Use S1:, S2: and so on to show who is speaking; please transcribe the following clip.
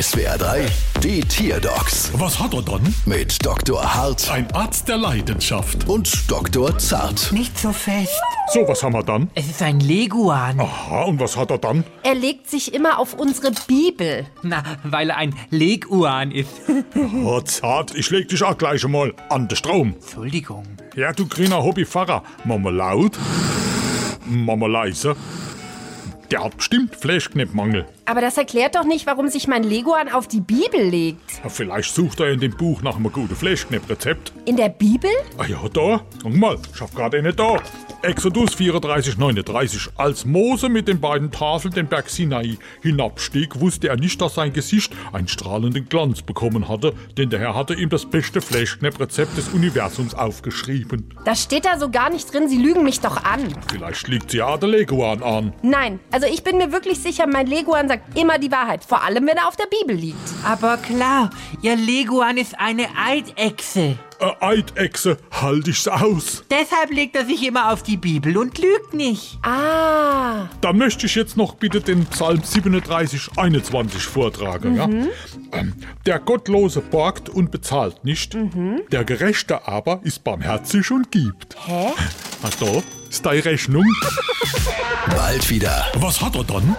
S1: SWR 3, die Tierdocs
S2: Was hat er dann?
S1: mit Dr. Hart
S2: Ein Arzt der Leidenschaft.
S1: und Dr. Zart.
S3: Nicht so fest.
S2: So, was haben wir dann?
S3: Es ist ein Leguan.
S2: Aha, und was hat er dann?
S4: Er legt sich immer auf unsere Bibel.
S3: Na, weil er ein Leguan ist.
S2: Oh, zart, ich leg dich auch gleich mal an den Strom.
S3: Entschuldigung.
S2: Ja, du grüner Hobbypfarrer. Mama laut, Mama leise. Der hat bestimmt Fleischkneppmangel.
S4: Aber das erklärt doch nicht, warum sich mein Leguan auf die Bibel legt.
S2: Vielleicht sucht er in dem Buch nach einem guten Fleischknepprezept.
S4: In der Bibel?
S2: Ah ja, da. Guck mal, ich hab grad eine da. Exodus 34, 39. Als Mose mit den beiden Tafeln den Berg Sinai hinabstieg, wusste er nicht, dass sein Gesicht einen strahlenden Glanz bekommen hatte, denn der Herr hatte ihm das beste Fleischknepprezept des Universums aufgeschrieben.
S4: Das steht da so gar nicht drin. Sie lügen mich doch an.
S2: Vielleicht liegt sie ja der Leguan an.
S4: Nein, also ich bin mir wirklich sicher, mein Leguan sagt immer die Wahrheit. Vor allem, wenn er auf der Bibel liegt.
S3: Aber klar, ihr Leguan ist eine Eidechse.
S2: Äh, Eidechse, halt ich's aus.
S3: Deshalb legt er sich immer auf die Bibel und lügt nicht.
S4: Ah.
S2: Dann möchte ich jetzt noch bitte den Psalm 37, 21 vortragen. Ja? Ähm, der Gottlose borgt und bezahlt nicht, der Gerechte aber ist barmherzig und gibt. Hä? Ach da, ist deine Rechnung.
S1: Bald wieder.
S2: Was hat er dann?